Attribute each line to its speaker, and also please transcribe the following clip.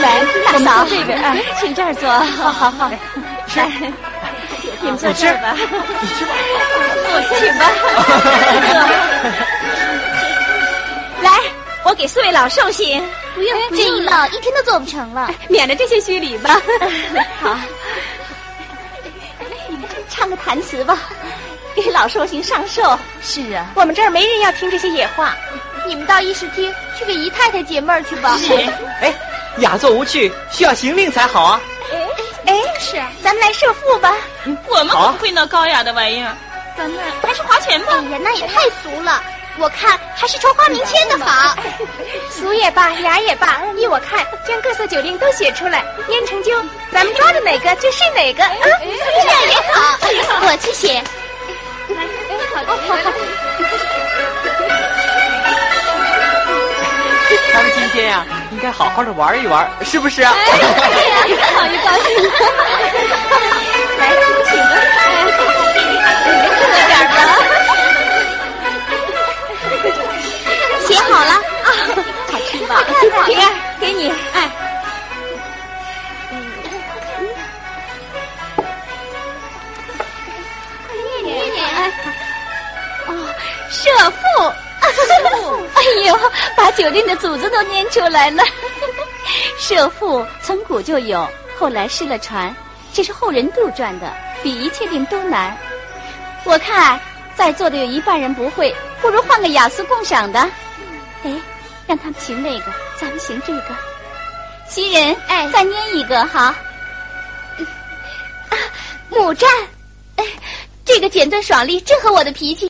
Speaker 1: 大嫂，
Speaker 2: 这边，哎，
Speaker 1: 请这儿坐。好好好，来，你们坐这儿吧。
Speaker 3: 你去吧。
Speaker 1: 我请 吧。来，我给四位老寿星，
Speaker 2: 不用不用了，哎一天都做不成了。
Speaker 1: 免了这些虚礼 吧。
Speaker 2: 好，
Speaker 1: 唱个弹词吧，给老寿星上寿。
Speaker 4: 是啊，
Speaker 1: 我们这儿没人要听这些野话。
Speaker 2: 你们到议事厅去给姨太太解闷儿去吧。
Speaker 3: 哎，雅座无趣，需要行令才好啊。
Speaker 1: 哎，
Speaker 2: 是，啊
Speaker 1: 咱们来设副吧。
Speaker 5: 我们可不会弄高雅的玩意儿，
Speaker 2: 咱们
Speaker 5: 还是花钱
Speaker 2: 哎
Speaker 5: 吧。
Speaker 2: 呀，那也太俗了。我看还是筹花名签的 好。
Speaker 1: 俗也罢，雅也罢，依我看，将各色酒令都写出来，编成就，咱们抓住哪个就是哪个。嗯，
Speaker 5: 哎
Speaker 2: 这样也好，我去写。
Speaker 3: 咱们今天呀、应该好好的玩一玩，是不是啊？
Speaker 1: 好一高兴。来，请吧。喝点吧。
Speaker 2: 写好了啊，
Speaker 1: 好吃吧？平儿，给你。哎，
Speaker 2: 念念，
Speaker 1: 社父。哎呦，把酒令的祖宗都念出来了。社父从古就有，后来失了传，这是后人杜撰的，比一切令都难。我看啊在座的有一半人不会，不如换个雅俗共赏的。哎，让他们行那个，咱们行这个。袭人，哎，再拈一个哈。啊
Speaker 2: 母战，哎这个简短爽利，正合我的脾气。